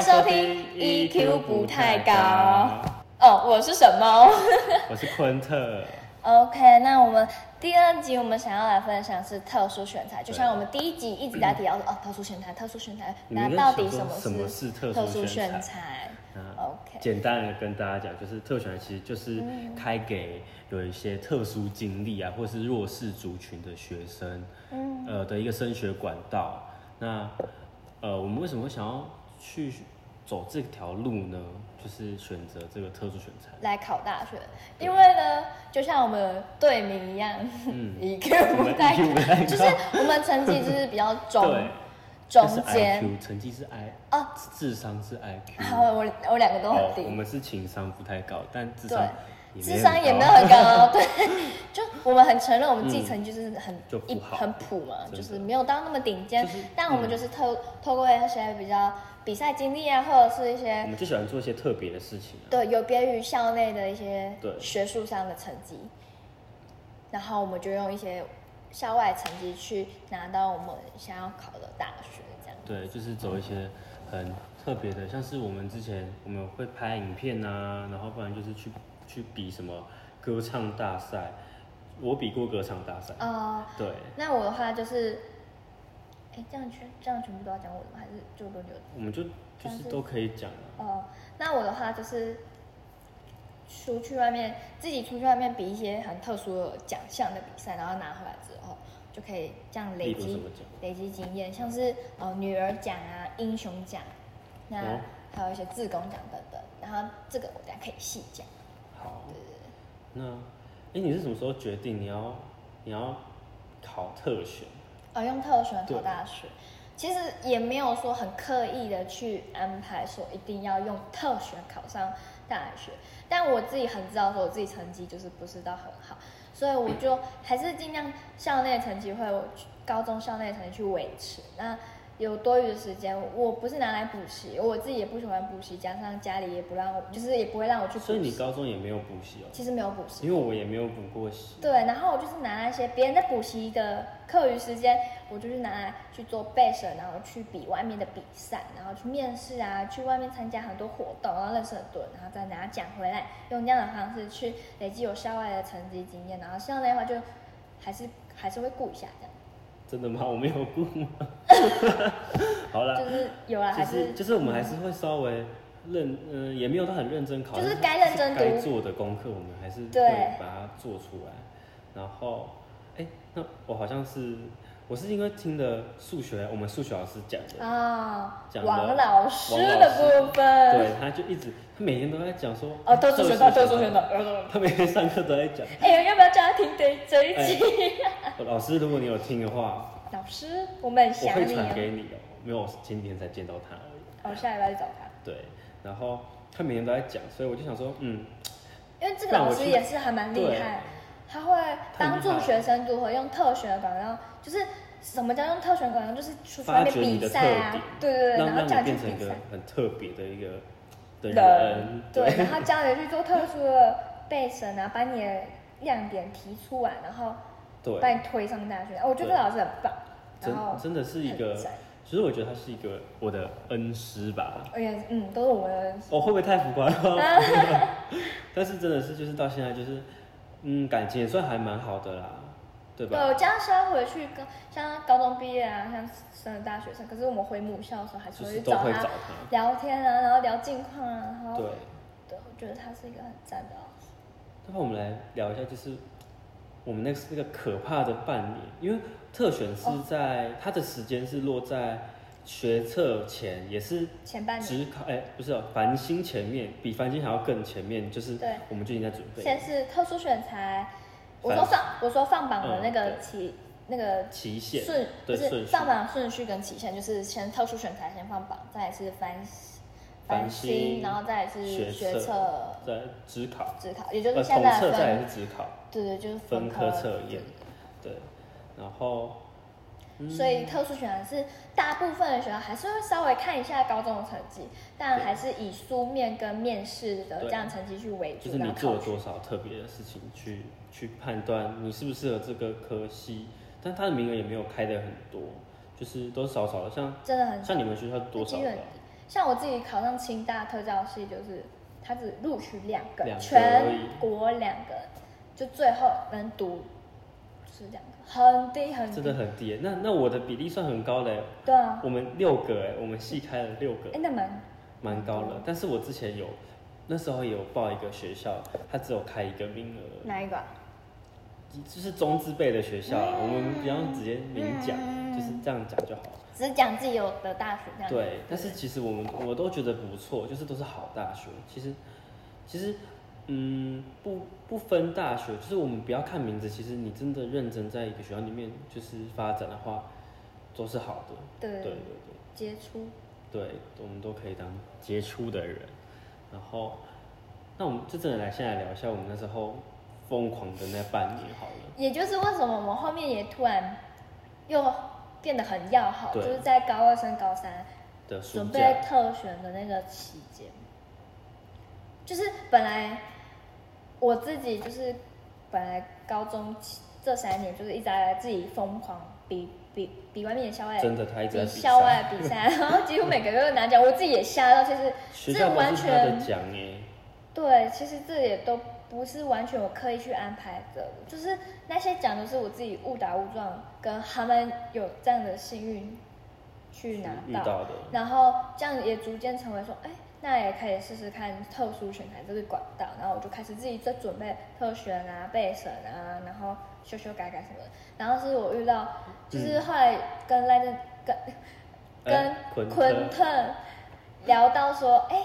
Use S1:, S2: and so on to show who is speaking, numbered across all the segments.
S1: 收听
S2: E
S1: EQ 不太高。哦，我是沈猫。
S2: 我是 昆特，
S1: OK，那我们第二集我们想要来分享是特殊选材，就像我们第一集一直在提到说哦，特殊选材，特殊选材，
S2: 你们
S1: 那
S2: 应该
S1: 到底
S2: 想说
S1: 是
S2: 什么是特殊
S1: 特殊
S2: 选
S1: 选
S2: 材
S1: 材
S2: 嗯
S1: ？OK，嗯
S2: 简单的跟大家讲，就是特权其实就是开给有一些特殊经历啊，或是弱势族群的学生，
S1: 嗯
S2: 呃的一个升学管道。那呃，我们为什么会想要去走这条路呢？就是选择这个特殊选材。
S1: 来考大学，因为呢，就像我们队名一样、
S2: 嗯
S1: e q 不太
S2: 我们 EQ 不太
S1: 高，
S2: 高
S1: 就是我们成绩就是比较中
S2: 对，
S1: 中
S2: 就是
S1: 间
S2: IQ 成绩是 I，
S1: 哦。
S2: 智商是 IQ。
S1: 好，我我两个都
S2: 哦
S1: 很，
S2: 我
S1: 低，
S2: 们是情商不太高，但智
S1: 对
S2: 商也没
S1: 智
S2: 很
S1: 商也
S2: 高啊
S1: 没有很高，对， 就我们很承认我们自己
S2: 嗯
S1: 成绩就是很
S2: 就不
S1: 一
S2: 好
S1: 很普嘛，
S2: 真的
S1: 就是没有到那么顶尖
S2: 就是，
S1: 但我们
S2: 嗯
S1: 就是透透过一些比较比赛经历啊，或者是一些
S2: 我们就喜欢做一些特别的事情、啊。
S1: 对有别于校内的一些
S2: 对
S1: 学术上的成绩，然后我们就用一些校外成绩去拿到我们想要考的大学，这样。
S2: 对，就是走一些很特别的，像是我们之前我们会拍影片啊，然后不然就是去去比什么歌唱大赛，我比过歌唱大赛，
S1: 呃，
S2: 对，
S1: 那我的话就是，哎，这样全这样全部都要讲我的吗？还是就轮流？
S2: 我们就就
S1: 像是
S2: 是都可以讲啊。
S1: 哦，那我的话就是出去外面自己出去外面比一些很特殊的奖项的比赛，然后拿回来之后就可以这样累
S2: 例如什
S1: 积
S2: 么奖
S1: 累积经验，像是呃女儿奖啊、英雄奖，那
S2: 哦
S1: 还有一些自工奖等等。然后这个我等下可以细讲。
S2: 好，那哎，你是什么时候决定你要你要考特选？
S1: 哦，用特选考
S2: 对
S1: 大学，其实也没有说很刻意的去安排，说一定要用特选考上大学。但我自己很知道，说我自己成绩就是不是到很好，所以我就还是尽量校内成绩会我去高中校内成绩去维持。那有多余的时间，我不是拿来补习，我自己也不喜欢补习，加上家里也不让我，就是也不会让我去补
S2: 所以你
S1: 习。
S2: 高中也没有补习哦，
S1: 其实没有补习。
S2: 因为我也没有补过习。
S1: 对，然后我就是拿那些别人在补习的课余时间，我就是拿来去做备审，然后去比外面的比赛，然后去面试啊，去外面参加很多活动，啊然后认识很多人，然后再拿奖回来，用这样的方式去累积我校外的成绩经验。然后校内的话就还是还是会顾一下 这
S2: 真的吗？我没有顾吗？ 好啦
S1: 样，，就是有了还
S2: 就是是就是我们还是会稍微认，嗯、也没有到很认真考，
S1: 就是
S2: 但
S1: 该认真读
S2: 该做的功课，我们还是
S1: 对
S2: 会把它做出来。然后，哎、那我好像是我是因为听的数学，我们数学老师讲的，
S1: 啊、
S2: 讲
S1: 王
S2: 了
S1: 老师的部分，
S2: 对，他就一直他每天都在讲说，
S1: 呃哦，特殊选到特殊选
S2: 到，
S1: 到，呃
S2: 他每天上课都在讲。
S1: 哎、要不要叫他听这这一
S2: 哎
S1: 集？
S2: 老师，如果你有听的话，
S1: 老师，我们很想
S2: 我会
S1: 你、
S2: 传
S1: 哦。
S2: 给你哦、没有，我是今天才见到他而已。
S1: 我下礼拜去找他，
S2: 对，然后他每天都在讲，所以我就想说，嗯，
S1: 因为这个老师也是还蛮厉害，他会帮助学生如何用特选的管道，就是什么叫用特选管道，就是出去外
S2: 发
S1: 面
S2: 掘你
S1: 比
S2: 的特
S1: 赛啊
S2: 点，，
S1: 对对对，
S2: 让
S1: 然后
S2: 让
S1: 叫
S2: 你
S1: 你去
S2: 变成一
S1: 比
S2: 个
S1: 赛，
S2: 很特别的一个的人，
S1: 对，然后教你去做特殊的背审啊，把你的亮点提出来，然后把
S2: 对，
S1: 你推上大学。哦我觉得这
S2: 对
S1: 老师很棒，然后
S2: 真真的是一个
S1: 很赞，
S2: 其实我觉得他是一个我的恩师吧，
S1: 而且嗯，都是我们的
S2: 哦，会不会太浮夸了？ 但是真的是就是到现在就是，嗯，感情也算还蛮好的啦，对
S1: 对，
S2: 吧？
S1: 我这样稍回去跟像高中毕业啊，像升了大学生，可是我们回母校的时候还是
S2: 就
S1: 会
S2: 是
S1: 去
S2: 都
S1: 找
S2: 会
S1: 他
S2: 找他，
S1: 聊天啊，然后聊近况啊，然后
S2: 对。
S1: 对我觉得他是一个很赞的老师。
S2: 要不然我们来聊一下，就是我们那个那个可怕的半年，因为特选是
S1: 哦
S2: 在、它的时间是落在学测前，也是
S1: 前半年
S2: 只考哎、不是、哦，繁星前面，比繁星还要更前面，就是
S1: 对
S2: 我们就已经在准备
S1: 先是特殊选材，我
S2: 反
S1: 说放我说放榜的
S2: 嗯
S1: 那个
S2: 对
S1: 期、那个
S2: 期限，
S1: 顺
S2: 对
S1: 就
S2: 顺
S1: 是
S2: 序，
S1: 放榜顺序跟期限，就是先特殊选材先放榜，再来是繁繁
S2: 繁星
S1: 星，然后再来是
S2: 学
S1: 学
S2: 测
S1: 测
S2: 在只考，
S1: 自考，也就是
S2: 呃，
S1: 现
S2: 统
S1: 在
S2: 测
S1: 的
S2: 再
S1: 分
S2: 也是只考，
S1: 对对，就是
S2: 分科
S1: 科
S2: 测
S1: 对
S2: 验，对，然后
S1: 所以特殊选材是大部分的学校还是会稍微看一下高中的成绩，但还是以书面跟面试的这
S2: 对
S1: 样成绩去为主。
S2: 就是
S1: 然
S2: 你
S1: 后考
S2: 做了
S1: 试
S2: 多少特别的事情去去判断你适不适合这个科系，但它的名额也没有开的很多，就是都少少的，像
S1: 真的很
S2: 像你们学校多
S1: 那
S2: 少
S1: 几率
S2: 个
S1: 嗯很
S2: 啊
S1: 低？像我自己考上清大特教系，就是它只录取两个，
S2: 两个而
S1: 全
S2: 已
S1: 国两个，就最后能读就是两个，很低很低，
S2: 啊真的很低耶。那那我的比例算很高嘞，
S1: 对啊，
S2: 我们六个哎，我们系开了六个
S1: 哎、，那蛮
S2: 蛮高
S1: 嗯
S2: 了。但是我之前有，那时候有报一个学校，它只有开一个名额，
S1: 哪一个啊、
S2: 就是中字辈的学校啊，我们不要直接明讲，
S1: 嗯
S2: 就是这样讲就好。
S1: 只讲自己有的大学这样子。
S2: 对，但是其实我们我都觉得不错，就是都是好大学。其实，其实，嗯，不不分大学，就是我们不要看名字，其实你真的认真在一个学校里面就是发展的话，都是好的。
S1: 对
S2: 对对
S1: 接触
S2: 对对，我们都可以当杰出的人。然后，那我们就真的来先来聊一下我们那时候疯狂的那半年好了。
S1: 也就是为什么我们后面也突然又变得很要好，就
S2: 对
S1: 是在高二升高三
S2: 的暑
S1: 准备
S2: 假，
S1: 特选的那个期间，就是本来我自己就是本来高中期这三年就是一直在自己疯狂比比比外面的校外
S2: 真的他一直在
S1: 比
S2: 比赛
S1: 校外比赛，然后几乎每个月都拿奖，我自己也吓到，就是
S2: 学
S1: 这
S2: 校不
S1: 完
S2: 是他的
S1: 全
S2: 奖哎、
S1: 对，其实这也都不是完全我刻意去安排的，就是那些奖都是我自己误打误撞，跟他们有这样的幸运去拿
S2: 遇
S1: 到，
S2: 到的
S1: 然后这样也逐渐成为说，哎，那也可以试试看特殊选材这个管道，然后我就开始自己在准备特选啊、备审啊，然后修修改改什么
S2: 嗯
S1: 的，然后是我遇到，就是后来跟赖正跟。跟
S2: 哎昆
S1: 昆
S2: 特
S1: 特聊到说，哎、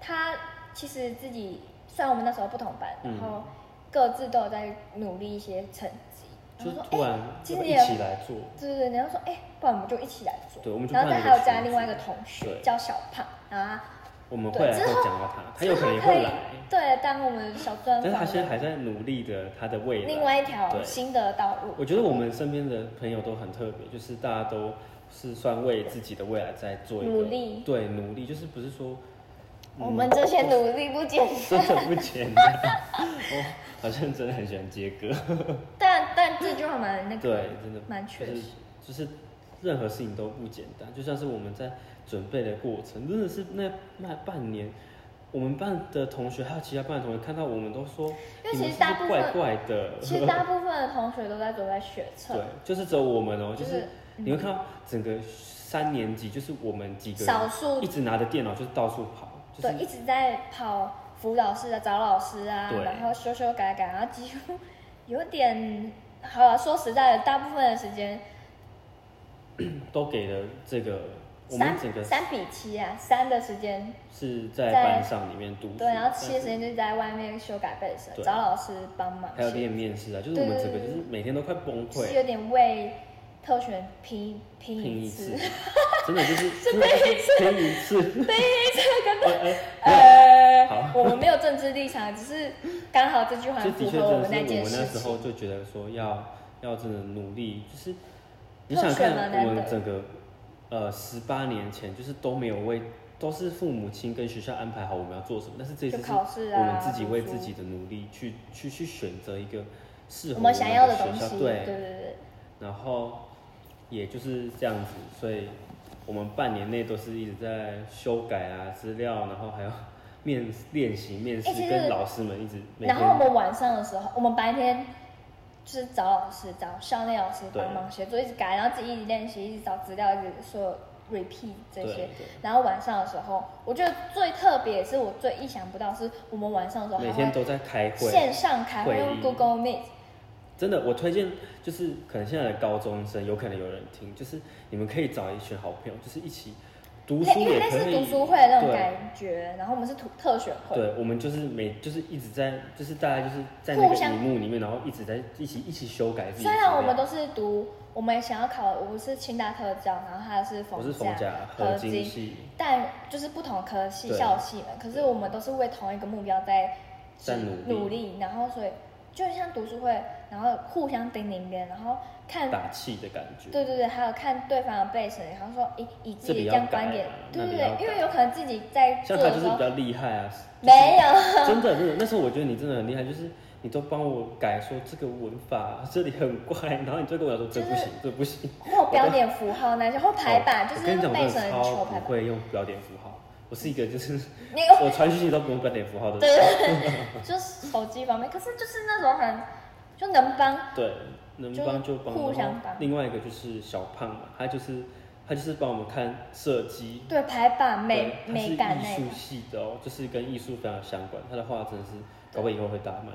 S1: 他其实自己虽然我们那时候不同班，
S2: 嗯
S1: 然后各自都有在努力一些成绩，
S2: 就
S1: 然后
S2: 突
S1: 说，哎、
S2: 然
S1: 其
S2: 要
S1: 实
S2: 不
S1: 也
S2: 一起来做，
S1: 对对对，然后说，哎、不然我们就一起来做，
S2: 对我们就
S1: 然后
S2: 办
S1: 再
S2: 了
S1: 还
S2: 一个
S1: 有加
S2: 群组
S1: 另外一个同学
S2: 对
S1: 叫小胖，然后
S2: 我们会来
S1: 对
S2: 会
S1: 之后
S2: 讲到他，他
S1: 之
S2: 有
S1: 后
S2: 能也
S1: 可
S2: 会
S1: 以
S2: 来，
S1: 对当我们小专
S2: 但是他现在
S1: 访
S2: 还在努力的他的未来。
S1: 另外一条
S2: 对
S1: 新的道路，
S2: 我觉得我们身边的朋友都很特别，就是大家都是算为自己的未来在做一个
S1: 努力
S2: 对，努力就是不是说、嗯
S1: 我们这些努力不简单。
S2: 真的不简单。哦，好像真的很喜欢接歌，
S1: 但但这句话蛮那个，
S2: 对，真的
S1: 蛮确 实，
S2: 就是，就是任何事情都不简单，就像是我们在准备的过程，真的是那那半年。我们班的同学还有其他班的同学看到我们都说，
S1: 因为
S2: 你
S1: 其
S2: 们
S1: 实
S2: 是不
S1: 大部
S2: 是
S1: 分
S2: 怪怪的，
S1: 其实大部分的同学都在准备学测，
S2: 对，就是只有我们哦、
S1: 就
S2: 就
S1: 是嗯
S2: 是你会看到整个三年级，就是我们几个人
S1: 少数
S2: 一直拿着电脑就是到处跑，就
S1: 对，一
S2: 是
S1: 直在跑辅导室啊，找老师啊，
S2: 对
S1: 然后修修改改，然后几乎 有点，好了，说实在的，大部分的时间
S2: 都给了这个我们
S1: 三
S2: 整个
S1: 三比七啊，三的时间，
S2: 是在
S1: 在
S2: 班上里面读书，
S1: 对，然后七的时
S2: 但是
S1: 间就是在外面修改背审，
S2: 对
S1: 找老师帮忙，
S2: 还有练面试啊，就是
S1: 对
S2: 我们
S1: 对
S2: 整个
S1: 对
S2: 就是每天都快崩
S1: 是有
S2: 溃，啊
S1: 点为特选拼拼
S2: 拼
S1: 一
S2: 一
S1: 次
S2: 次，， 真 的就是真的就是拼一次，
S1: 拼一次跟
S2: 呃呃
S1: 呃
S2: 好，
S1: 我们没有政治立场，只是刚好这句话
S2: 就的
S1: 符
S2: 确
S1: 合
S2: 真的是
S1: 们那件
S2: 我们
S1: 事
S2: 那时
S1: 情。
S2: 候就觉得说要要真的努力，就是你
S1: 特
S2: 想
S1: 选蛮
S2: 看我
S1: 难
S2: 们
S1: 得
S2: 整个呃十八年前就是都没有为都是父母亲跟学校安排好我们要做什么，但是这一
S1: 就
S2: 次是
S1: 考试啊
S2: 我们自己
S1: 读
S2: 为
S1: 书
S2: 自己的努力去去去选择一个适合
S1: 我们想要
S2: 的
S1: 的东
S2: 学校
S1: 西，对对
S2: 对，
S1: 对，
S2: 然后也就是这样子，所以我们半年内都是一直在修改啊资料，然后还有面练习面试
S1: 哎其，实
S2: 跟老师们一直每
S1: 然
S2: 天
S1: 后我们晚上的时候，我们白天就是找老师、找校内老师帮忙协助，一直改，然后自己一直练习，一直找资料，一直说 repeat 这
S2: 对
S1: 些
S2: 对。
S1: 然后晚上的时候，我觉得最特别，也是我最意想不到，是我们晚上的时候
S2: 每
S1: 还
S2: 天
S1: 会
S2: 都在开会，
S1: 线上开会，
S2: 会
S1: 用
S2: 议
S1: Google Meet。
S2: 真的，我推荐就是可能现在的高中生，有可能有人听，就是你们可以找一群好朋友，就是一起读书
S1: 因为
S2: 也
S1: 那是
S2: 可以。
S1: 读书会的那种
S2: 对
S1: 感觉，然后我们是特特选会，
S2: 对，我们就是每就是一直在，就是大家就是在那
S1: 互
S2: 个
S1: 相
S2: 荧幕里面，然后一直在一起一起修改自己的
S1: 虽
S2: 资料。
S1: 然我们都是读，我们想要考，我是清大特教，然后他是
S2: 我是
S1: 甲
S2: 逢甲
S1: 合
S2: 合金系，
S1: 但就是不同科系
S2: 对
S1: 校系们，可是我们都是为同一个目标在
S2: 在努力
S1: 努力，然后所以就像读书会，然后互相叮咛别人，然后看
S2: 打气的感
S1: 嗯
S2: 觉。
S1: 对对对，还有看对方的背审，然后说以以自
S2: 这
S1: 己
S2: 里
S1: 这
S2: 要
S1: 样观点
S2: 改啊，
S1: 对
S2: 那
S1: 对
S2: 里要
S1: 对，因为
S2: 改
S1: 有可能自己在做
S2: 像他
S1: 的
S2: 就
S1: 时
S2: 是比
S1: 候
S2: 较厉害啊，
S1: 没有，
S2: 真的真的，那时候我觉得你真的很厉害，就是你都帮我改说这个文法这里很怪，然后你就跟我讲说这不行，这不行。
S1: 或标点符号那些，或排版，
S2: 哦
S1: 就
S2: 我跟
S1: 是
S2: 你讲，我
S1: 背
S2: 真的
S1: 审
S2: 超
S1: 求排版。
S2: 不会用标点符号，我是一个就是
S1: 你
S2: 我传讯息都不用标点符号的人，
S1: 对对 对，就是手机方面，可是就是那种很就能帮，
S2: 对，能
S1: 就
S2: 帮就帮。
S1: 互相
S2: 然后
S1: 帮
S2: 另外一个就是小胖嘛，他就是他就是帮我们看设计，
S1: 对排版
S2: 对
S1: 美
S2: 他是
S1: 美感
S2: 艺
S1: 那
S2: 术
S1: 种，
S2: 系的哦，就是跟艺术非常相关。他的画真的是，搞不好以后会大卖，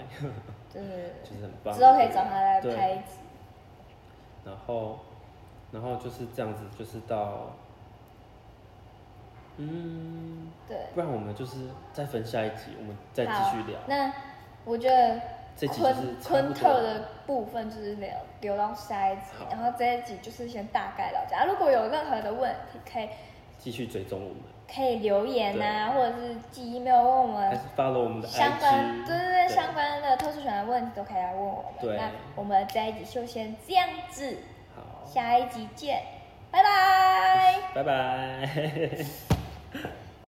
S1: 对对对
S2: 就是很
S1: 对，
S2: 棒。
S1: 之后可以找他来
S2: 对
S1: 拍一集。
S2: 然后，然后就是这样子，就是到，嗯，
S1: 对，
S2: 不然我们就是再分下一集，我们再继
S1: 好
S2: 续聊。
S1: 那我觉得
S2: 这集就
S1: 昆
S2: 是差不
S1: 昆
S2: 多
S1: 特
S2: 了。
S1: 的部分就是留留到下一集
S2: 好，
S1: 然后这一集就是先大概了解。啊，如果有任何的问题，可以
S2: 继续追踪我们，
S1: 可以留言啊，或者是寄 email 问我
S2: 还
S1: 们
S2: 是 follow 我们的 IG，
S1: 相关对对对
S2: 对
S1: 相关的特殊选的问题都可以来问我
S2: 对
S1: 们。那我们这一集就先这样子，
S2: 好，
S1: 下一集见，拜拜。
S2: 拜拜。